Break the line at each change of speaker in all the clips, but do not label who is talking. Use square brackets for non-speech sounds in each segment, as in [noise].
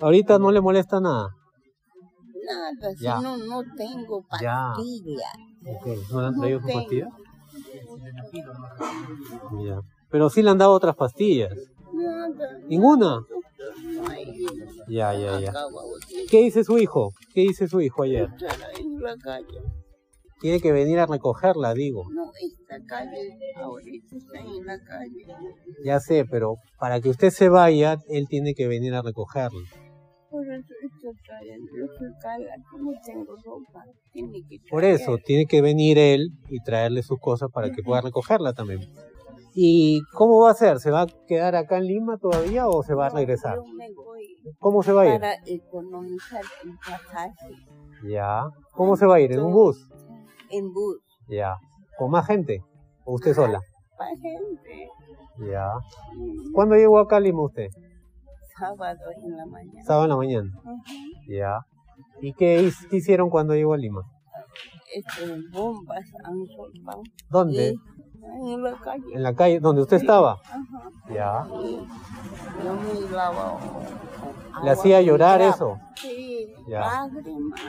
Ahorita no le molesta nada.
Nada, si
Ya.
no, no tengo
Ya.
pastilla.
Ok, ¿No le han traído
No
sus pastillas?
tengo.
Ya. Pero sí le han dado otras pastillas.
Nada,
¿Ninguna?
no hay.
Ya, ya, ya.
Acá, guau, sí,
¿Qué dice su hijo? ¿Qué dice su hijo ayer?
estará en la calle.
Tiene que venir a recogerla, digo.
No, esta calle ahorita está en la calle.
Ya sé, pero para que usted se vaya, él tiene que venir a recogerla.
Por eso estoy trayendo su cara. No tengo ropa. Tiene que
Por
traer.
eso, tiene que venir él y traerle sus cosas para que pueda recogerla también. ¿Y cómo va a ser? ¿Se va a quedar acá en Lima todavía o se va a
No,
regresar?
Yo me voy
¿Cómo se va a ir?
para economizar el pasaje
Ya. ¿Cómo se va a ir? ¿En un bus?
en bus.
Ya. ¿Con más gente? ¿O usted sola?
Para gente.
Ya.
mm,
¿Cuándo llegó acá a Lima usted?
Sábado en la mañana.
Sábado en la mañana.
Ujú.
Ya. ¿Y qué his- qué hicieron cuando llegó a Lima?
Estas bombas han soltado.
¿Dónde?
Y En la calle.
En la calle, donde usted estaba.
Ajá.
Ya.
Y Yo me lavaba. con
¿Le
agua
hacía
con
llorar
trapo.
eso?
Sí,
Ya.
lágrimas.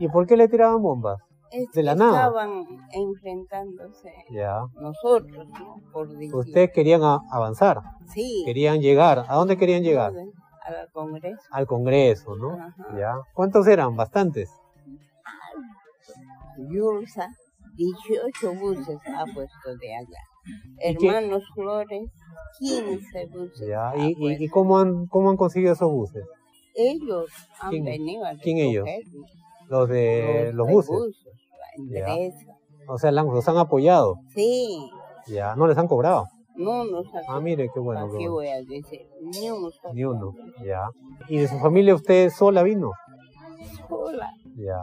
¿Y por qué le tiraban bombas?
Es
De la
que
nada.
Estaban enfrentándose
Ya.
nosotros, ¿no? Por decir.
Ustedes querían a- avanzar,
Sí.
querían llegar. ¿A dónde querían llegar?
Al Congreso.
Al Congreso, ¿no?
Ajá.
Ya. ¿Cuántos eran? Bastantes.
Yulsa, 18 buses ha puesto de allá.
qué?
Hermanos Flores, 15 buses.
Ya.
ha
¿Y, y,
puesto.
y cómo, han, cómo han conseguido esos buses?
Ellos han
¿Quién-
venido a
quién ellos?
recogernos.
Los de los
de
buses.
la
Ya.
empresa.
O sea, la han- los han apoyado.
Sí,
Ya. No les han cobrado.
no nos ha
Ah, mire, qué bueno.
¿Para
qué
qué
bueno.
voy a decir? Ni uno. solo.
Ni uno. Ya. ¿Y de su familia usted sola vino?
Sola.
Ya.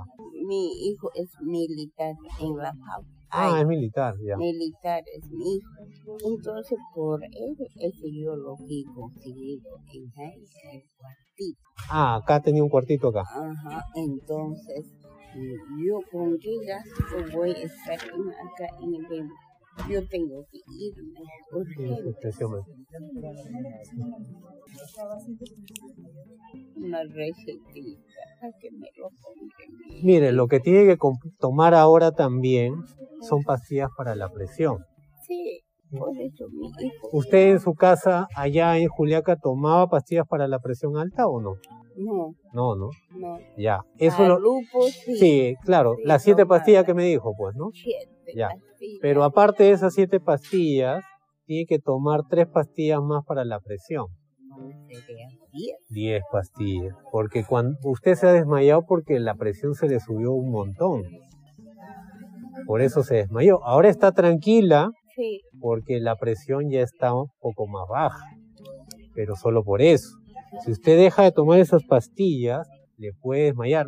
Mi hijo es militar en la FAO.
Ah, es militar. Ya.
militar es mi hijo. Entonces, por él es que yo lo que he conseguido en Jaén, el cuartito.
Ah, acá tenía un cuartito acá.
Ajá, entonces yo con qué gasto voy a estar en- acá en el Perú? Yo tengo que irme urgente.
Impresionante.
Una recetita para que me lo pongan.
Mire, lo que tiene que comp- tomar ahora también son pastillas para la presión.
Sí,
Mm.
por eso mi hijo
¿Usted en su casa allá en Juliaca tomaba pastillas para la presión alta o no?
no,
No, no.
no.
Ya. Eso
A
lo
lupo Ah, sí.
Sí, claro,
Sí,
las siete
tomaba.
pastillas que me dijo, pues, ¿no?
Siete
Ya,
pastillas.
Pero aparte de esas siete pastillas, tiene que tomar tres pastillas más para la presión.
No me sería diez.
Diez pastillas. Porque cuando usted se ha desmayado porque la presión se le subió un montón. Por eso se desmayó. Ahora está tranquila,
Sí.
porque la presión ya está un poco más baja, pero solo por eso. Si usted deja de tomar esas pastillas, le puede desmayar.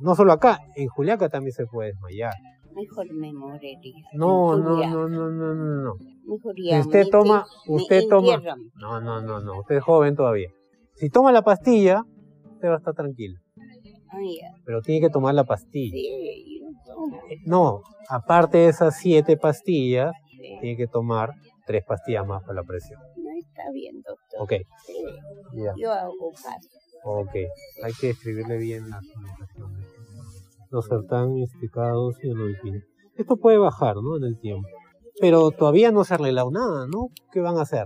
No solo acá, en Juliaca también se puede desmayar.
Mejor me moriría.
No,
Mejor
no,
ya,
no, no, no, no, no.
Mejor
Si
ya me
usted
enti-
toma-
me
usted toma-
entierran.
No, no, no, no. Usted es joven todavía. Si toma la pastilla, usted va a estar tranquilo,
Ah, ya.
pero tiene que tomar la pastilla.
Sí, yo tomo.
No, aparte de esas siete pastillas,
Sí.
tiene que tomar tres pastillas más para la presión.
eh, No está bien, doctor.
Ok.
Sí,
Ya.
Yo hago caso.
Ok, hay que escribirle bien las anotaciones. Los están esticados y el oipin. Esto puede bajar, ¿no? En el tiempo. Pero todavía no se ha arreglado nada, ¿no? ¿Qué van a hacer?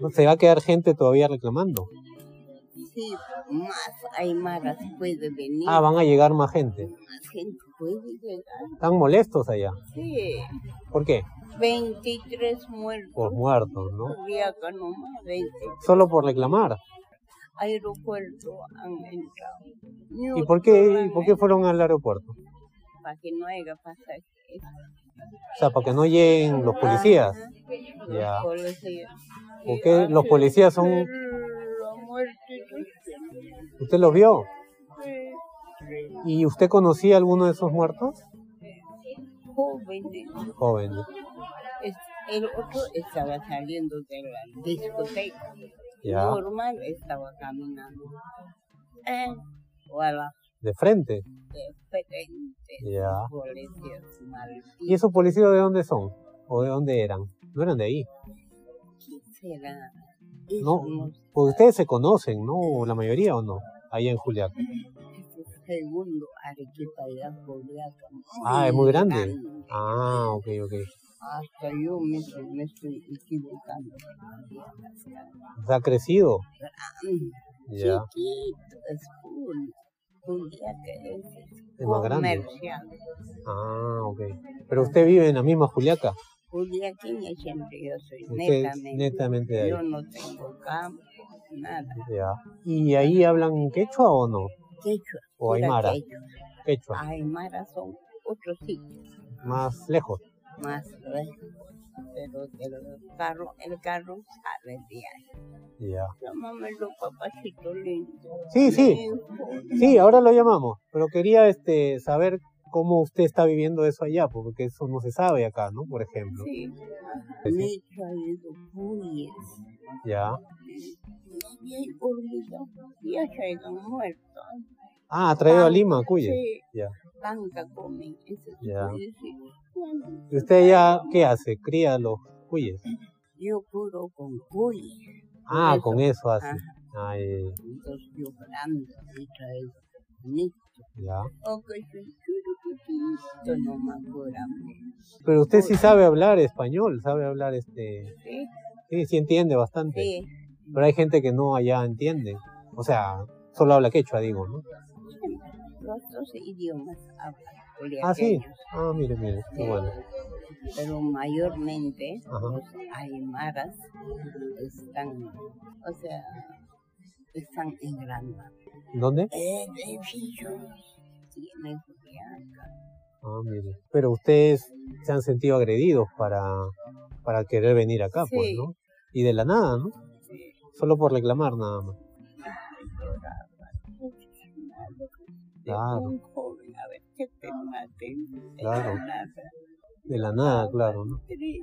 ¿No se va a quedar gente todavía reclamando?
Sí, más aymaras puede venir.
Ah, van a llegar más gente.
Más gente puede llegar.
Están molestos allá.
Sí.
¿Por qué?
23 muertos.
Por muertos, ¿no?
Juliaca nomás, 20.
Solo por reclamar.
aeropuerto han entrado.
¿Y por qué, y por qué fueron al aeropuerto?
Para que no haya pasajeros.
O sea, para que no lleguen los policías.
Ajá.
Ya.
Los policías.
¿Por
Y
qué los
hace
policías son-
ver la muerte de- este
¿Usted los vio?
de
¿Y usted conocía a alguno de esos muertos?
Jóvenes.
Jóvenes.
Es- El otro estaba saliendo de la discoteca.
Ya.
Normal estaba caminando. Eh, o a la
De frente.
de frente.
Ya.
Policías malditos.
¿Y esos policías de dónde son? ¿O de dónde eran? No eran de ahí.
¿Quién será?
No,
Eso no
pues ustedes se conocen, ¿no? La mayoría o no. allá en Juliaca?
Este es segundo Arequipa ya Juliaca.
Ah, es muy grande. Ah, ok, ok.
Hasta yo me, me estoy equivocando.
¿Se ha crecido?
Mm,
Ya.
Chiquito, es full. Juliaca es,
Es más grande.
comercial.
Ah, ok. Pero usted vive en la misma Juliaca.
Juliaqueña siempre yo soy,
Usted es
netamente.
netamente de ahí.
Yo no tengo campo, nada.
Ya. ¿Y ahí hablan quechua o no?
Quechua.
O
pura
aymara.
quechua.
Quechua.
Aymara son otros sitios
Más lejos.
más lejos, pero el carro, el carro sabe de ahí.
Ya.
Llámamelo papachito lindo.
Sí, sí.
Hijo.
Sí, ahora lo llamamos. Pero quería este, saber cómo usted está viviendo eso allá, porque eso no se sabe acá, ¿no? Por ejemplo.
Sí. Me he traído puyes.
Ya.
Y hay hormigas, ya se han muerto.
Ah, ha traído a
Pan-
Lima, Cuye.
Sí,
Ya.
panca comen. Ese
Ya.
cuyo, sí. Bueno,
¿Y usted ya qué hace? Cría los cuyes.
Yo curo con cuy.
Ah,
Eso.
con eso hace.
Ajá.
Ah, ya, ya,
Entonces yo grande he traído. Ni
ya.
Ok, sí, quiero poquito nomás por amor.
Pero usted sí sabe hablar español, sabe hablar este...
Sí,
Sí, sí entiende bastante.
sí.
Pero hay gente que no allá entiende. O sea, solo habla quechua, digo, ¿no?
Los dos idiomas hablan
Ah, sí.
juliaqueños,
Ah, mire, mire, qué bueno.
pero mayormente
Ajá.
los aymaras están, o sea, están en gran
¿Dónde?
edificios, tienen Juliaca.
Ah, mire. Pero ustedes se han sentido agredidos para, para querer venir acá, pues,
Sí.
¿no? Y de la nada, ¿no?
Sí.
Solo por reclamar nada más. Claro.
Un joven, a ver que te maten. de la
Claro.
nada.
De la nada, claro, ¿no?
Triste.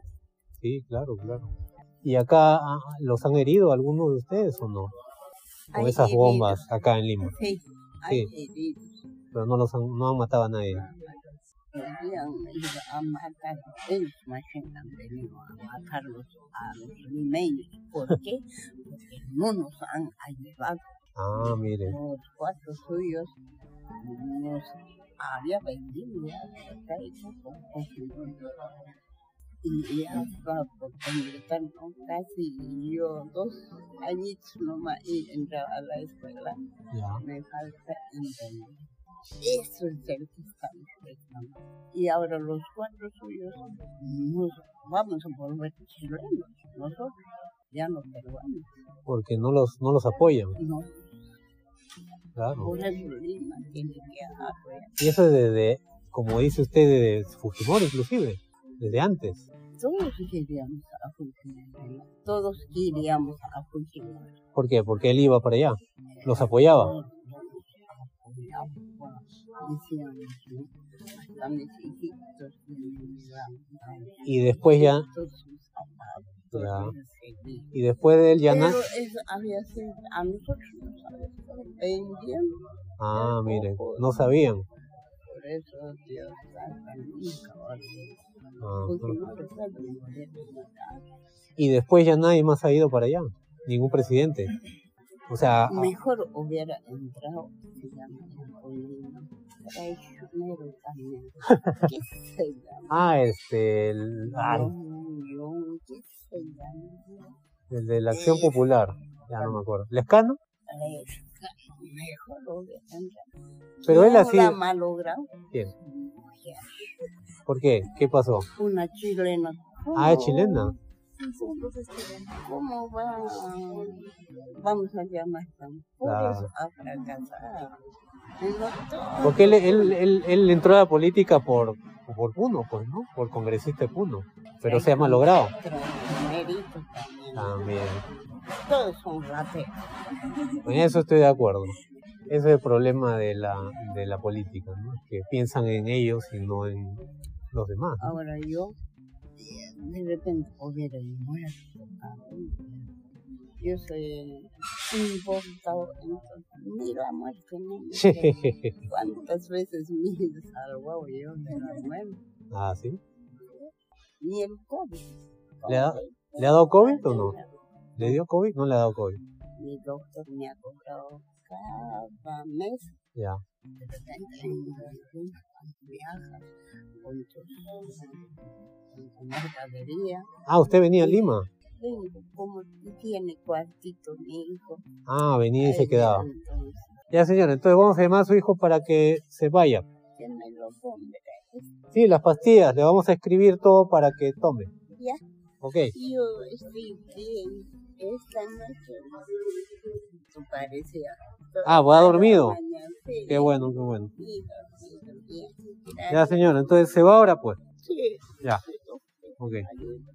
Sí, claro, claro. ¿Y acá ah, los han herido algunos de ustedes o no? Con
Hay
esas
heridos.
bombas acá en Lima.
Sí, hay heridos.
Pero no los han, no han matado a nadie.
eh, Habían ido a matar, ellos más bien han venido a matarlos a los limeños. ¿Por qué? Porque no nos han ayudado.
Ah, mire.
Los cuatro suyos nos había vendido ya traído con consumidor. Y ya va por completar ¿no? casi yo dos añitos nomás y entraba a la escuela.
Ya.
me falta entender. Eso es el que estamos reclamando. Y ahora los cuatro suyos nos vamos a volver chilenos, nosotros, ya no peruanos.
Porque no los, no los apoyan,
No,
claro.
por eso Lima tiene que pues, apoyar.
Y eso es desde, como dice usted, desde Fujimori inclusive, desde antes.
Todos queríamos a Fujimori, ¿no? todos queríamos a Fujimori.
¿Por qué? Porque él iba para allá, los apoyaba.
Todos apoyábamos, decíamos, ¿no? Hasta mis hijitos me daban
Y después ya,
todos sus zapatos,
Ya.
me seguían.
y después de él ya na-
Pero eso había sido a nosotros nos había estado vendiendo,
Ah, miren, no sabían.
por eso Dios santo nunca olvida.
Ah,
Porque
ah.
no le sabe morir de matar.
y después ya nadie más ha ido para allá, ningún presidente. O sea,
Mejor hubiera entrado, se llama Napolino, traicionero
[laughs]
también. ¿Qué se llama?
ah, este, el, ay,
Yo, ¿qué se llama?
el de la Acción Popular, ya no me acuerdo. ¿Lescano?
Traicionero, mejor hubiera entrado.
Pero él
¿Quién
así-
la malogrado?
Bien.
Mujer.
¿Por qué? ¿Qué pasó?
Una chilena.
Ah, ¿es
¿Cómo-
chilena.
¿Cómo va? Vamos a llamar tan puros
Claro.
a fracasar. En los dos.
Porque él, él, él, él entró a la política por, por Puno, pues, ¿no? Por congresista de Puno. Pero se ha malogrado.
Traicioneritos también.
También.
Todos son rateros.
En eso estoy de acuerdo. Ese es el problema de la, de la política, ¿no? Que piensan en ellos y no en los demás.
Ahora yo, de repente, hubiera muerto. cabrón. Yo soy importado, entonces, ni la muerte no me interesa. ¿Cuántas veces me he salvado yo de la muerte?
[laughs] ah, ¿sí?
Ni el COVID.
¿Le ha, ¿Le ha dado COVID o no? ¿Le dio COVID? No le ha dado COVID.
Mi doctor me ha cobrado cada mes
Ya.
de repente viajas con tus con tu mercadería.
Ah, usted venía a Lima.
Sí, como tiene cuartito mi hijo.
Ah, venía y se
ahí
quedaba.
entonces,
Ya, señor, entonces vamos a llamar a su hijo para que se vaya.
que me lo compre.
Sí, las pastillas, le vamos a escribir todo para que tome.
Ya,
Ok,
yo estoy bien. Esta noche tú parecía.
Ah, ¿va dormido?
Mañana, sí,
qué bueno, qué bueno.
dormido, sí, dormido.
Ya, señor, entonces se va ahora, pues.
Sí,
Ya,
pero-
ok.
ayuda.